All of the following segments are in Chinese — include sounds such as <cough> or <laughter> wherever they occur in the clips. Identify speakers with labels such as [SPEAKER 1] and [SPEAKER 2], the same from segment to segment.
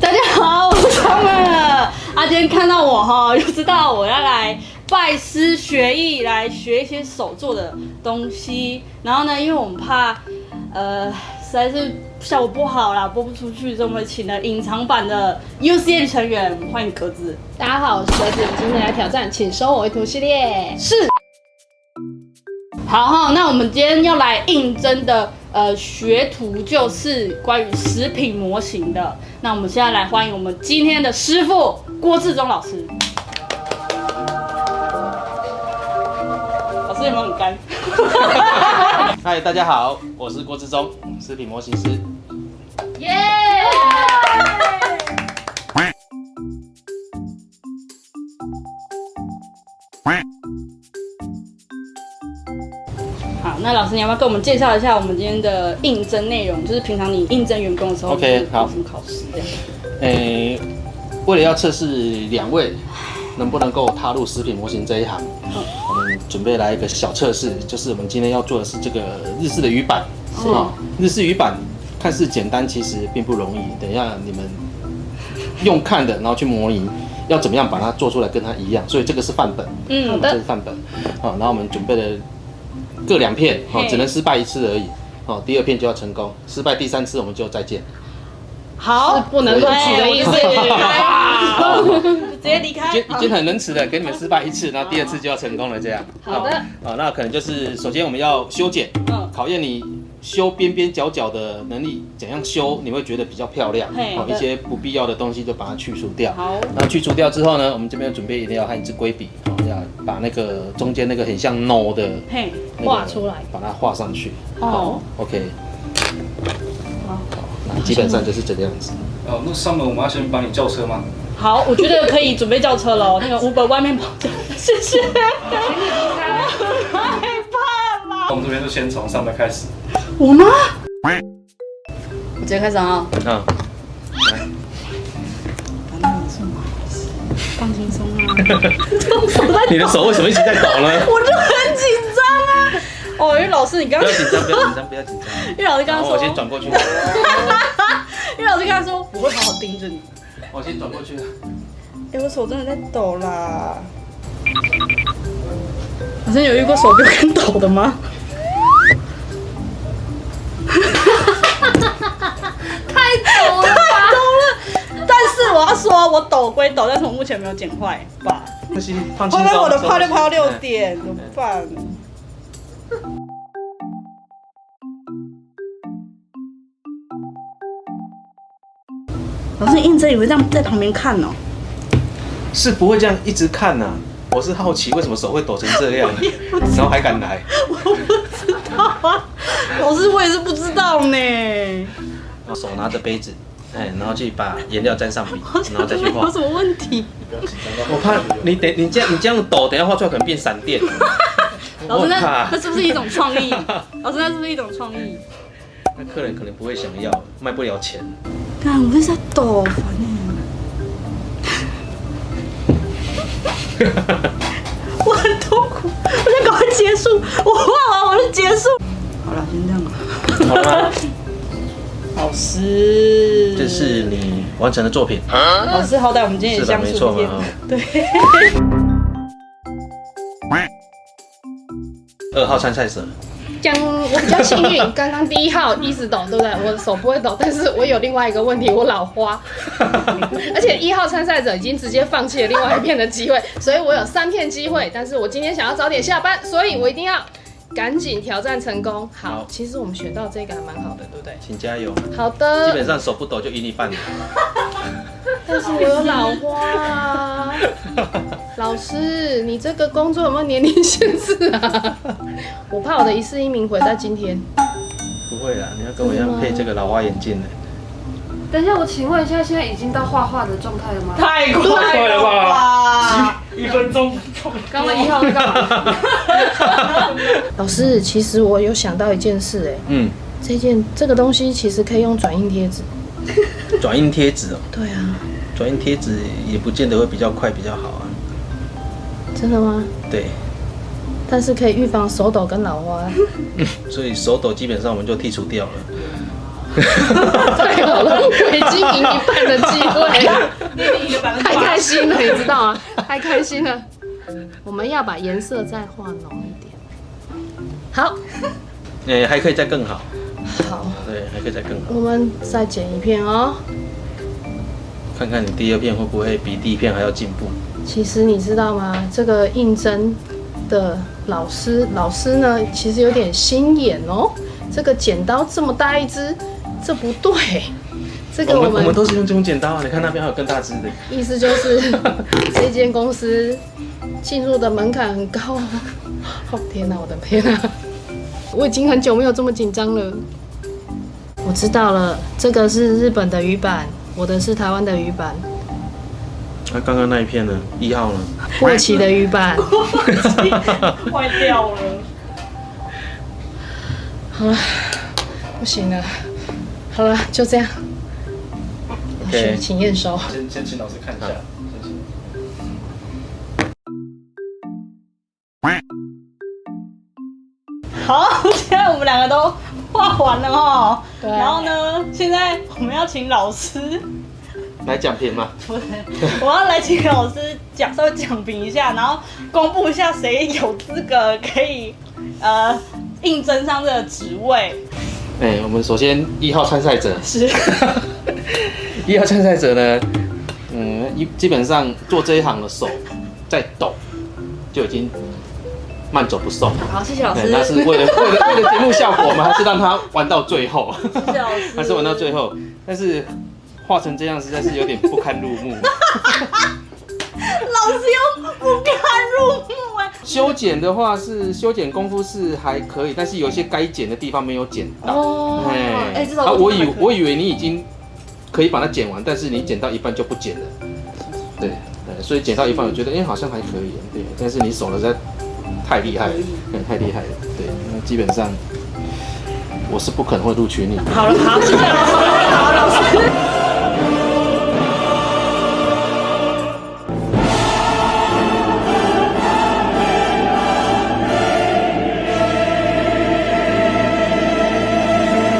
[SPEAKER 1] 大家好，我是他们了。啊，今天看到我哈， <laughs> 就知道我要来拜师学艺，来学一些手做的东西。然后呢，因为我们怕，呃，实在是效果不好啦，播不出去，所以我们请了隐藏版的 UCN 成员，欢迎格子。
[SPEAKER 2] 大家好，我是格子，今天来挑战，请收我为徒系列。
[SPEAKER 1] 是。好哈，那我们今天要来应征的呃学徒就是关于食品模型的。那我们现在来欢迎我们今天的师傅郭志忠老师。老师有没有很干？
[SPEAKER 3] 嗨，大家好，我是郭志忠，食品模型师。
[SPEAKER 1] 耶！好，那老师你要不要跟我们介绍一下我们今天的应征内容？就是平常你应征员工的时候
[SPEAKER 3] OK，
[SPEAKER 1] 是有什么考试这样？
[SPEAKER 3] 诶、为了要测试两位能不能够踏入食品模型这一行，我们准备来一个小测试，就是我们今天要做的是这个日式的鱼板。
[SPEAKER 1] 是
[SPEAKER 3] 哦日式鱼板看似简单，其实并不容易。等一下你们用看的，然后去模拟，要怎么样把它做出来跟它一样。所以这个是范本，
[SPEAKER 1] 嗯
[SPEAKER 2] 好
[SPEAKER 3] 这
[SPEAKER 2] 的
[SPEAKER 3] 是，范本。好、然后我们准备了各两片，好、
[SPEAKER 1] 嘿
[SPEAKER 3] 只能失败一次而已。好、第二片就要成功，失败第三次我们就再见。
[SPEAKER 1] 好哎
[SPEAKER 2] 是，不能录取的意思。
[SPEAKER 1] 对我就是
[SPEAKER 2] 好
[SPEAKER 1] 直接离
[SPEAKER 2] 哎
[SPEAKER 1] 开
[SPEAKER 3] 已经已经很仁慈了，给你们失败一次，然后第二次就要成功了，这样。
[SPEAKER 2] 好的
[SPEAKER 3] 好，那可能就是首先我们要修剪，
[SPEAKER 1] 嗯
[SPEAKER 3] 考验你修边边角角的能力，怎样修你会觉得比较漂亮，
[SPEAKER 1] 嘿
[SPEAKER 3] 好
[SPEAKER 1] 对
[SPEAKER 3] 一些不必要的东西就把它去除掉。
[SPEAKER 1] 好
[SPEAKER 3] 然后去除掉之后呢，我们这边准备一定要和一支龟笔，好，要把那个中间那个很像 no 的
[SPEAKER 1] 嘿，
[SPEAKER 3] 那个
[SPEAKER 2] 画出来
[SPEAKER 3] 把它画上去。
[SPEAKER 1] 哦，
[SPEAKER 3] OK，
[SPEAKER 1] 好
[SPEAKER 3] 好，那基本上就是这个样子。
[SPEAKER 4] 哦，那上门我们要先帮你叫车吗？
[SPEAKER 1] 好，我觉得可以准备叫车 <laughs> 了哦。那个 Uber 外面跑车，谢谢。害怕吗？
[SPEAKER 4] 那我们这边就先从上门开始。
[SPEAKER 1] 我吗？我直接开始啊，
[SPEAKER 3] 嗯，
[SPEAKER 1] 放轻松啊。
[SPEAKER 3] <laughs> 你的手为什么一直在抖呢？
[SPEAKER 1] 我就很紧张啊。哦，因为老师你刚
[SPEAKER 3] 不
[SPEAKER 1] 刚
[SPEAKER 3] 要，紧张，不要紧张，不要紧张。
[SPEAKER 1] 因为老师刚刚
[SPEAKER 3] 然后
[SPEAKER 1] 说，
[SPEAKER 3] 我先转过去，
[SPEAKER 1] 因为老师刚刚说我会好好盯着你。
[SPEAKER 3] 我先转过去。
[SPEAKER 1] 哎、我手真的在抖啦。好像有遇过手不跟抖的吗？ <laughs> <laughs> 太抖了，太抖了。但是我要说，我抖归抖，但是我目前没有剪坏吧。
[SPEAKER 3] 放心，放
[SPEAKER 1] 后
[SPEAKER 3] 轻
[SPEAKER 1] 面
[SPEAKER 3] 松。
[SPEAKER 1] 我的泡六泡六点，怎么办？老师，你应征也会这样在旁边看哦、
[SPEAKER 3] 是不会这样一直看呐、啊我是好奇为什么手会抖成这
[SPEAKER 1] <laughs>
[SPEAKER 3] 样，然后还敢来。
[SPEAKER 1] <laughs> 老师，我也是不知道呢。
[SPEAKER 3] 手拿着杯子，哎，然后去把颜料沾上笔
[SPEAKER 1] 好，像
[SPEAKER 3] 然后再去
[SPEAKER 1] 没有
[SPEAKER 3] 画
[SPEAKER 1] 什。么问题。
[SPEAKER 3] 我怕你等你这样你这样抖，等一下画出来可能变闪电。
[SPEAKER 1] <laughs> 老
[SPEAKER 3] 我
[SPEAKER 1] 师，那
[SPEAKER 3] 很怕
[SPEAKER 1] 那是不是一种创
[SPEAKER 3] <laughs>
[SPEAKER 1] 意？老师，那是不是一种创意？
[SPEAKER 3] 那客人可能不会想要，卖不了钱。
[SPEAKER 1] 看，我是在抖，烦
[SPEAKER 3] <laughs>
[SPEAKER 1] 哎！我很痛苦，我想赶快结束，我画完我就结束。好了，先这样吧。
[SPEAKER 3] 好
[SPEAKER 1] <laughs>
[SPEAKER 3] 了吗？
[SPEAKER 1] 老师，
[SPEAKER 3] 这是你完成的作品，
[SPEAKER 1] 老师，好歹我们今天也
[SPEAKER 3] 是
[SPEAKER 1] 哎
[SPEAKER 3] 吧？
[SPEAKER 1] 相
[SPEAKER 3] 没
[SPEAKER 1] 处
[SPEAKER 3] 错
[SPEAKER 1] 不见
[SPEAKER 3] 嘛。，哦嗯哈
[SPEAKER 1] 对，
[SPEAKER 3] <laughs> 二号参赛者，
[SPEAKER 2] 讲我比较幸 <laughs> 运，刚刚第一号一直抖，对不对？我的手不会抖，但是我有另外一个问题，我老花，而且一号参赛者已经直接放弃了另外一片的机会，所以我有三片机会，但是我今天想要早点下班，所以我一定要赶紧挑战成功。好
[SPEAKER 3] 好，
[SPEAKER 2] 其实我们学到这个还蛮好的，对不对？
[SPEAKER 3] 请加油。
[SPEAKER 2] 好
[SPEAKER 3] 基
[SPEAKER 2] 的
[SPEAKER 3] 本，上手不抖就赢一
[SPEAKER 1] <laughs>
[SPEAKER 3] 半了。
[SPEAKER 2] 但 <laughs> 是我有老花啊。老师，你这个工作有没有年龄限制啊？ <laughs> 我怕我的一世英名毁在今天。
[SPEAKER 3] 不会啦，你要跟我一样配这个老花眼镜的。
[SPEAKER 5] 等一下，我请问一下，现在已经到画画的状态了吗？
[SPEAKER 1] 太快了吧！
[SPEAKER 4] 一分钟。
[SPEAKER 5] 刚刚一号在干嘛？
[SPEAKER 2] 老师，其实我有想到一件事，哎，
[SPEAKER 3] <laughs> 嗯，
[SPEAKER 2] 这件这个东西其实可以用转印贴纸。
[SPEAKER 3] 转印贴纸哦，
[SPEAKER 2] 对啊，
[SPEAKER 3] 转印贴纸也不见得会比较快比较好啊。
[SPEAKER 2] 真的吗？
[SPEAKER 3] 对，
[SPEAKER 2] 但是可以预防手抖跟老花。 <laughs>
[SPEAKER 3] 所以手抖基本上我们就剔除掉了。
[SPEAKER 2] 太好
[SPEAKER 3] <laughs>
[SPEAKER 2] 了，我已经赢一半的机会。
[SPEAKER 1] 你已经赢
[SPEAKER 2] <laughs>
[SPEAKER 1] 了百分之
[SPEAKER 2] 太
[SPEAKER 1] 八
[SPEAKER 2] 开
[SPEAKER 1] 十。
[SPEAKER 2] 心了，你知道吗？太开心了。我们要把颜色再画浓一点。好，
[SPEAKER 3] 诶、哎还可以再更好，
[SPEAKER 2] 好，
[SPEAKER 3] 对，还可以再更好。
[SPEAKER 2] 我们再剪一片哦。
[SPEAKER 3] 看看你第二片会不会比第一片还要进步。
[SPEAKER 2] 其实你知道吗？这个应征的老师，老师呢其实有点心眼哦。这个剪刀这么大一只，这不对。这个
[SPEAKER 3] 我
[SPEAKER 2] 我
[SPEAKER 3] 们我
[SPEAKER 2] 们
[SPEAKER 3] 们都是用这种剪刀啊，你看那边还有更大只的。
[SPEAKER 2] 意思就是
[SPEAKER 3] <laughs>
[SPEAKER 2] 这间公司进入的门槛很高哦。哦天哪，我的天哪！我已经很久没有这么紧张了。我知道了，这个是日本的鱼板，我的是台湾的鱼板，
[SPEAKER 3] 那、刚刚那一片呢？一
[SPEAKER 2] <laughs>
[SPEAKER 3] 号呢？
[SPEAKER 2] 过期的鱼
[SPEAKER 3] <laughs>
[SPEAKER 2] 板。
[SPEAKER 1] 坏掉了。
[SPEAKER 2] 好了，不行了，好了，就这样。我
[SPEAKER 3] OK
[SPEAKER 2] 去请验收。
[SPEAKER 4] 先先请老师看一下，先请。
[SPEAKER 1] 好，现在我们两个都画完了哦。
[SPEAKER 2] 对啊
[SPEAKER 1] 然后呢，现在我们要请老
[SPEAKER 3] <laughs>
[SPEAKER 1] 师，
[SPEAKER 3] 来讲评嘛。
[SPEAKER 1] 不是，我要来请老师讲稍微讲评一下，然后公布一下谁有资格可以呃应征上这个职位。
[SPEAKER 3] 哎、我们首先一号参赛者，
[SPEAKER 1] 是，
[SPEAKER 3] <laughs> 一号参赛者呢，嗯，一基本上做这一行的手在抖，就已经慢走不送。
[SPEAKER 1] 好，谢谢老
[SPEAKER 3] 对，那是为了为了为了节目效果，我们还是让他玩到最后，
[SPEAKER 1] 谢老师
[SPEAKER 3] <laughs> 还是玩到最后。但是画成这样，实在是有点不堪入目。
[SPEAKER 1] 老师又不堪入目哎、
[SPEAKER 3] 修剪的话是修剪功夫是还可以，但是有一些该剪的地方没有剪到。
[SPEAKER 1] 哦哎、至少
[SPEAKER 3] 啊我以我
[SPEAKER 1] 以
[SPEAKER 3] 以为你已经可以把它剪完，但是你剪到一半就不剪了。对，呃所以剪到一半，我觉得哎、好像还可以，对。但是你手的实在太厉害了，嗯太厉害了，对。那基本上我是不可能会录取你的。
[SPEAKER 1] 好了，好，谢谢老师，好老师。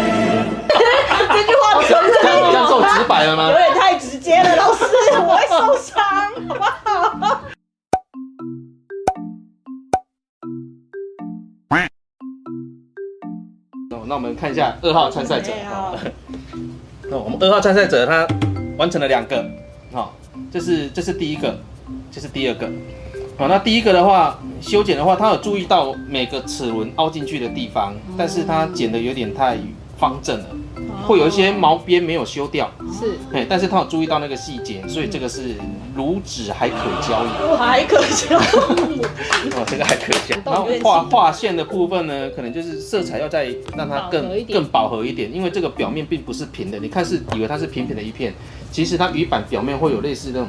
[SPEAKER 1] 这句话可不
[SPEAKER 3] 这
[SPEAKER 1] 可以
[SPEAKER 3] 样这样够直白
[SPEAKER 1] <laughs>
[SPEAKER 3] 了吗
[SPEAKER 1] 有？点太直接了，老师，我会受伤，好不好？
[SPEAKER 3] 哦那那我们看一下二号参赛者。好了那我们二号参赛者他完成了两个，好、这是这是第一个，这是第二个。好，那第一个的话，修剪的话，他有注意到每个齿轮凹进去的地方，但是他剪的有点太方正了，会有一些毛边没有修掉，
[SPEAKER 2] 是
[SPEAKER 3] 哎，但是他有注意到那个细节，所以这个是孺子还可交也。
[SPEAKER 2] <laughs>
[SPEAKER 1] 我还可笑，
[SPEAKER 3] <laughs> 哦，这个还可以讲。然后画画线的部分呢，可能就是色彩要再让它
[SPEAKER 2] 饱和一
[SPEAKER 3] 更
[SPEAKER 2] 点
[SPEAKER 3] 更饱和一点，因为这个表面并不是平的。你看是以为它是平平的一片，其实它鱼板表面会有类似那种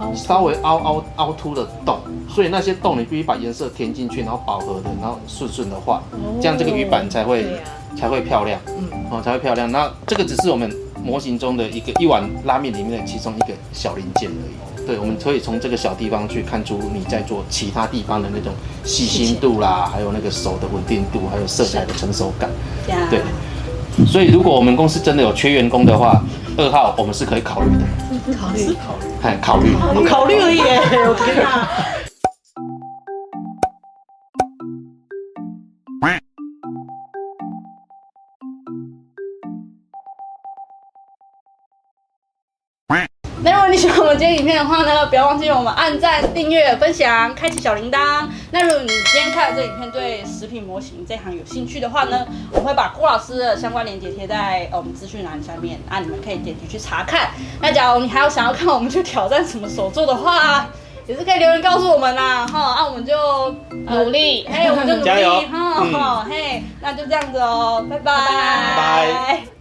[SPEAKER 2] 凹凸
[SPEAKER 3] 稍微凹凹凹凸的洞，所以那些洞你必须把颜色填进去，然后饱和的，然后顺顺的画，这样这个鱼板才会
[SPEAKER 2] 哦对啊
[SPEAKER 3] 才会漂亮，
[SPEAKER 2] 嗯
[SPEAKER 3] 哦才会漂亮。那这个只是我们模型中的一个一碗拉面里面的其中一个小零件而已。对，我们可以从这个小地方去看出你在做其他地方的那种细心度啦，还有那个手的稳定度，还有色彩的成熟感。对，所以如果我们公司真的有缺员工的话，二号我们是可以考虑的，
[SPEAKER 2] 考虑
[SPEAKER 3] 哎，考虑。
[SPEAKER 1] 我考虑了耶，我天哪！那如果你喜欢我们今天影片的话呢，不要忘记我们按赞、订阅、分享、开启小铃铛。那如果你今天看了这影片，对食品模型这行有兴趣的话呢，我会把郭老师的相关链接贴在呃我们资讯栏下面啊，你们可以点击去查看。那假如你还有想要看我们去挑战什么手作的话，也是可以留言告诉我们啦，哈，啊，我们就呃
[SPEAKER 2] 努力。
[SPEAKER 1] 嘿，我们就努
[SPEAKER 3] 加油
[SPEAKER 1] 力哈，哈嘿，那就这样子哦，拜拜，
[SPEAKER 3] 拜